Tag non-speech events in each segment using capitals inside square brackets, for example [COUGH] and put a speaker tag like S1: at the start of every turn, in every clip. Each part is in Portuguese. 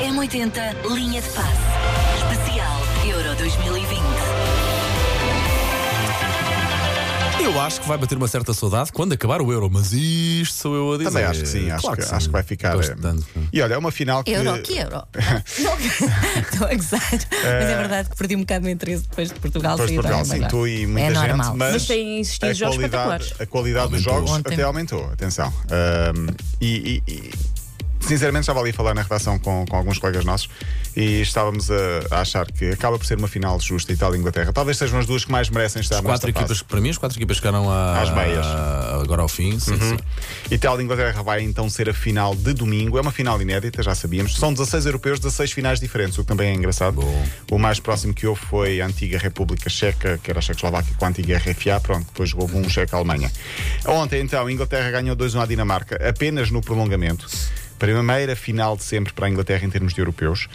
S1: M80 Linha de Passe. Especial Euro 2020.
S2: Eu acho que vai bater uma certa saudade quando acabar o Euro, mas isto sou eu a dizer.
S3: Também acho que sim, acho,
S2: Claro
S3: que, acho que vai ficar.
S2: Gosto
S3: eh,
S2: tanto.
S3: E olha, é uma final que. Eh,
S4: Euro, que euro? Eh, [LAUGHS] Não, Estou a gozar. Mas é verdade que perdi um bocado o interesse depois de Portugal
S3: Depois de
S4: sair da
S3: Portugal,
S4: Euro,
S3: sim,
S4: mas
S3: tu e muita
S4: é
S3: gente,
S4: normal.
S3: mas,
S5: Mas têm existido
S3: a
S5: jogos
S3: qualidade,
S5: espetaculares.
S3: a qualidade dos jogos
S4: Ontem.
S3: até aumentou, atenção. Ahm, e, e- e, sinceramente estava ali a falar na redação com, com alguns colegas nossos e estávamos a, a achar que acaba por ser uma final justa Itália-Inglaterra. Talvez sejam as duas que mais merecem estar
S2: Quatro
S3: nesta
S2: equipas,
S3: fase.
S2: para mim, as quatro equipas chegaram a,
S3: Às meias. Uhum.
S2: a- agora ao fim. Sim, sim.
S3: Itália-Inglaterra vai então ser a final de domingo. É uma final inédita, já sabíamos. São 16 europeus, 16 finais diferentes, o que também é engraçado.
S2: Bom.
S3: O mais próximo que houve foi a antiga República Checa, que era a Checoslováquia com a antiga RFA. Pronto, depois houve um Checa-Alemanha. Ontem, então, a Inglaterra ganhou 2-1 à Dinamarca, apenas no prolongamento. Primeira final de sempre para a Inglaterra em termos de europeus.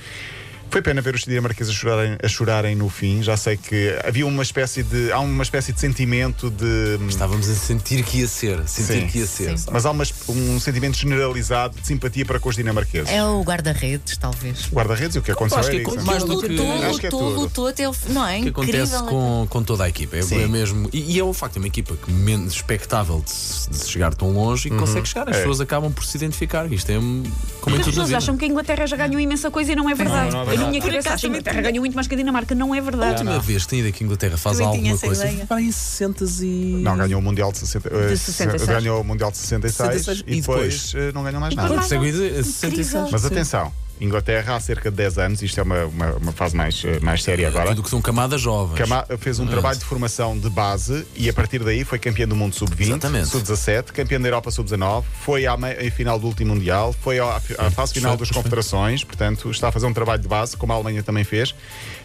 S3: Foi pena ver os dinamarqueses a chorarem, a chorarem no fim. Já sei que havia uma espécie de. Há uma espécie de sentimento de. hum,
S2: Estávamos a sentir que ia ser, sentir
S3: Sim.
S2: que ia ser. sabe?
S3: Mas há uma es- um sentimento generalizado de simpatia para com os dinamarqueses.
S4: É o guarda-redes, talvez.
S3: Guarda-redes e o que aconteceu
S2: Acho que
S3: era isso.
S2: com-
S3: não é?
S2: mais do
S4: Lutou,
S2: que-
S3: acho que é
S4: lutou,
S3: tudo.
S4: lutou até o fim. Não é?
S2: O que acontece
S4: Incrível.
S2: com, com toda a equipa. É,
S3: Sim.
S2: é mesmo. E, e é o facto, é uma equipa que menos expectável de, se- de se chegar tão longe e que consegue chegar. As
S3: É.
S2: pessoas acabam por se identificar. Isto é um- como em tudo
S5: As
S2: na
S5: pessoas
S2: vida.
S5: acham que a Inglaterra já ganhou imensa coisa e não é verdade.
S3: não é verdade.
S5: Eu na minha
S4: Por
S5: cabeça
S4: acaso
S5: acho que a
S4: também
S5: Inglaterra
S4: tinha.
S5: ganhou muito mais que a Dinamarca. Não é
S2: A
S5: verdade.
S2: última vez que tem ido aqui a Inglaterra faz
S4: Também tinha
S2: alguma
S4: essa
S2: coisa.
S4: ideia.
S2: Para em 60 e.
S3: Não, ganhou o Mundial de 60, eh,
S5: De 66.
S3: Ganhou o Mundial de 66,
S2: 66,
S3: e
S2: e depois?
S3: depois eh, não ganhou mais
S5: E
S3: nada.
S5: depois?
S2: Seguido,
S5: Incrível.
S2: 66.
S3: Mas
S2: sim.
S3: atenção, Inglaterra há cerca de 10 anos, isto é uma, uma, uma fase mais, eh, mais séria agora.
S2: Tudo que são camadas jovens.
S3: Cama- fez um trabalho de formação de base e a partir daí foi campeão do mundo sub-20,
S2: Exatamente.
S3: sub-17, campeão da Europa sub-19, foi à mei- à final do último Mundial, foi ao- à, à fase final
S2: pois
S3: das
S2: foi.
S3: confederações, portanto está a fazer um trabalho de base, como a Alemanha também fez,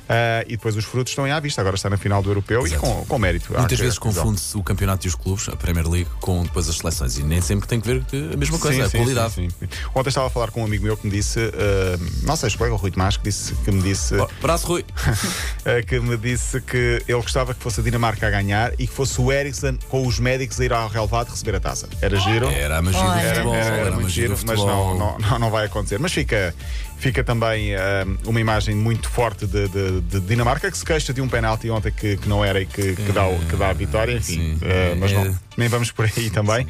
S3: ah, e depois os frutos estão aí à vista, agora está na final do Europeu e
S2: Exato.
S3: com, com mérito. Há
S2: Muitas
S3: que-
S2: vezes
S3: que dizer.
S2: confunde-se o campeonato e os clubes, a Premier League, com depois as seleções. E nem sempre tem que ver que a mesma coisa,
S3: Sim,
S2: é a
S3: sim,
S2: qualidade.
S3: sim, sim. Ontem estava a falar com um amigo meu que me disse, ah, não sei, colega, o Rui Tomás, que, disse, que me disse
S2: Ó, Braço Rui.
S3: eh, que me disse que ele gostava que fosse a Dinamarca a ganhar e que fosse o Eriksen com os médicos a ir ao relevado receber a taça. Era giro.
S2: Ah, Era a magia do
S4: Olha.
S3: Então? Era,
S2: futebol.
S3: era- era
S2: a
S3: muito
S2: magia
S3: giro,
S2: do
S3: mas
S2: futebol.
S3: não, não, não- não vai acontecer. Mas fica, fica também eh, uma imagem muito forte de, de- de Dinamarca que se queixa de um penalti ontem que, que não era e que, que dá, o- que dá a vitória.
S2: Sim.
S3: Enfim, eh, mas
S2: É.
S3: não, nem vamos por aí também.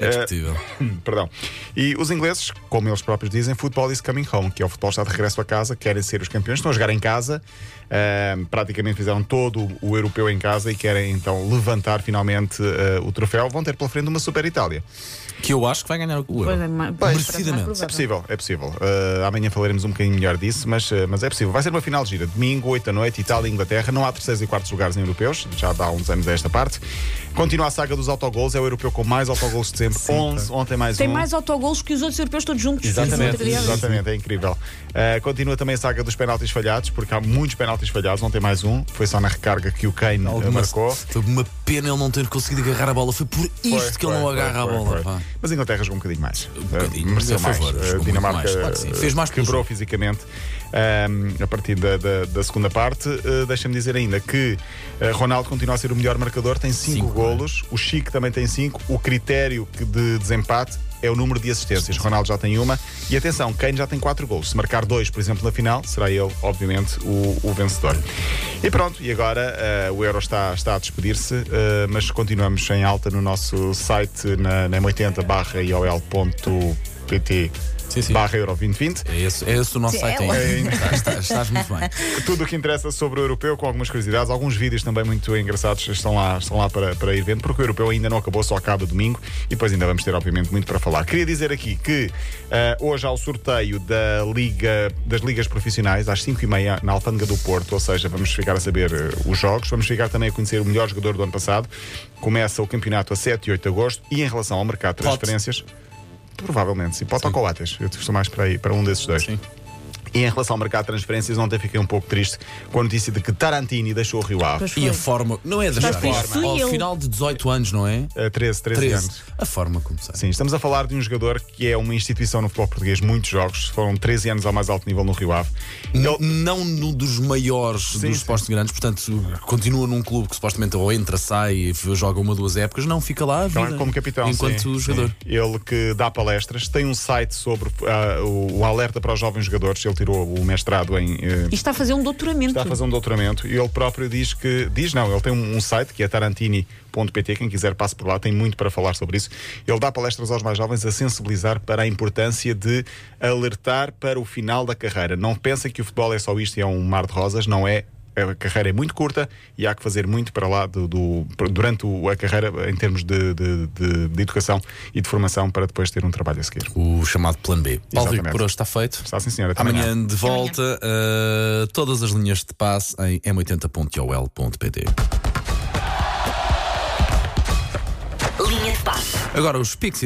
S2: É
S3: Eh,
S2: discutível.
S3: [COUGHS] Perdão. E os ingleses, como eles próprios dizem, futebol is coming home, que é o futebol está de regresso a casa, querem ser os campeões, estão a jogar em casa, ahm, praticamente fizeram todo o europeu em casa e querem então levantar finalmente ah, o troféu. Vão ter pela frente uma Super Itália.
S2: Que eu acho que vai ganhar o
S5: Pois é,
S2: Euro.
S5: ma-
S2: Merecidamente.
S5: mais
S3: É possível, é possível. Ah, amanhã falaremos um bocadinho melhor disso, mas, ah, mas é possível. Vai ser uma final gira. Domingo, 8 da noite, Itália e Inglaterra. Não há terceiros e quartos lugares em europeus, já dá uns anos a esta parte. Continua a saga dos autogols, é o europeu com mais autogols de sempre. 11, ontem mais
S5: Tem
S3: um.
S5: mais autogolos que os outros europeus todos juntos.
S2: Exatamente.
S5: Sim, sim.
S3: Exatamente, é incrível. Uh, continua também a saga dos penaltis falhados, porque há muitos penaltis falhados, não tem mais um. Foi só na recarga que o Kane uh,
S2: Alguma-
S3: marcou.
S2: Foi uma pena ele não ter conseguido agarrar a bola. Foi por isto
S3: Foi,
S2: que ele
S3: foi,
S2: não
S3: foi,
S2: agarra
S3: foi,
S2: a bola.
S3: foi.
S2: pá.
S3: Mas a Inglaterra jogou um bocadinho mais.
S2: Um bocadinho,
S3: Uh, mereceu
S2: a
S3: mais.
S2: favor,
S3: Uh,
S2: jogou muito
S3: Dinamarca
S2: mais, claro que sim.
S3: uh,
S2: Fez mais pelo
S3: quebrou
S2: jogo.
S3: fisicamente um, a partir da, da- da segunda parte. Uh, Deixa-me dizer ainda que uh, Ronaldo continua a ser o melhor marcador, tem cinco
S2: Cinco,
S3: golos. O Chico também tem cinco. O critério que- de desempate é o número de assistências. Ronaldo já tem uma. E atenção, Kane já tem quatro golos. Se marcar dois, por exemplo, na final, será ele, obviamente, o, o vencedor. E pronto, e agora uh, o Euro está, está a despedir-se, uh, mas continuamos em alta no nosso site na, na M80 barra iol.pt
S2: Sim, sim.
S3: barra Euro 2020.
S2: É esse, é esse o nosso
S4: Sim,
S2: site
S4: é
S2: ainda. Estás, estás- estás muito bem.
S3: Tudo o que interessa sobre o europeu, com algumas curiosidades, alguns vídeos também muito engraçados estão lá, estão lá para, para ir vendo, porque o europeu ainda não acabou, só acaba domingo e depois ainda vamos ter, obviamente, muito para falar. Queria dizer aqui que ah, hoje há o sorteio da Liga, das Ligas Profissionais, às 5h30, na Alfândega do Porto, ou seja, vamos ficar a saber eh, os jogos, vamos ficar também a conhecer o melhor jogador do ano passado. Começa o campeonato a 7 e 8 de agosto e em relação ao mercado de
S2: Pote.
S3: transferências. Provavelmente, sim. Pode ou Coates. Eu estou mais para, aí, para um desses dois.
S2: Sim.
S3: E em relação ao mercado de transferências, ontem fiquei um pouco triste com a notícia de que Tarantini deixou o Rio Ave.
S5: Pois
S2: E a
S5: foi.
S2: forma. Não é da
S5: Estás triste,
S2: forma.
S5: sou
S2: Ao
S5: eu.
S2: final de 18 anos, não é?
S3: Eh, 13, 13,
S2: 13.
S3: anos.
S2: A forma como sai.
S3: Sim, estamos a falar de um jogador que é uma instituição no futebol português, muitos jogos, foram 13 anos ao mais alto nível no Rio Ave.
S2: N-
S3: Ele-
S2: Não num dos maiores
S3: sim.
S2: dos postos grandes, portanto, continua num clube que supostamente ou entra, sai, e f- joga uma, duas épocas, não fica lá a
S3: Então,
S2: vida,
S3: como capitão,
S2: enquanto
S3: sim,
S2: jogador.
S3: sim. Ele que dá palestras, tem um site sobre ah, o, o alerta para os jovens jogadores. Ele tirou o mestrado em. eh,
S5: E está a fazer um doutoramento.
S3: Está a fazer um doutoramento e ele próprio diz que. Diz não, ele tem um, um site que é tarantini.pt. Quem quiser passe por lá, tem muito para falar sobre isso. Ele dá palestras aos mais jovens a sensibilizar para a importância de alertar para o final da carreira. Não pensem que o futebol é só isto e é um mar de rosas, não é. A carreira é muito curta e há que fazer muito para lá do, do- durante o- a carreira em termos de, de- de- de educação e de formação para depois ter um trabalho a seguir.
S2: O chamado plano B. Paulo Rico,
S3: Exatamente.
S2: por hoje está feito.
S3: Está sim, senhora. Até amanhã.
S2: Amanhã de volta, eh, todas as linhas de passe em m80.ol.pt.
S1: Linha de passe.
S2: Agora os Pixies.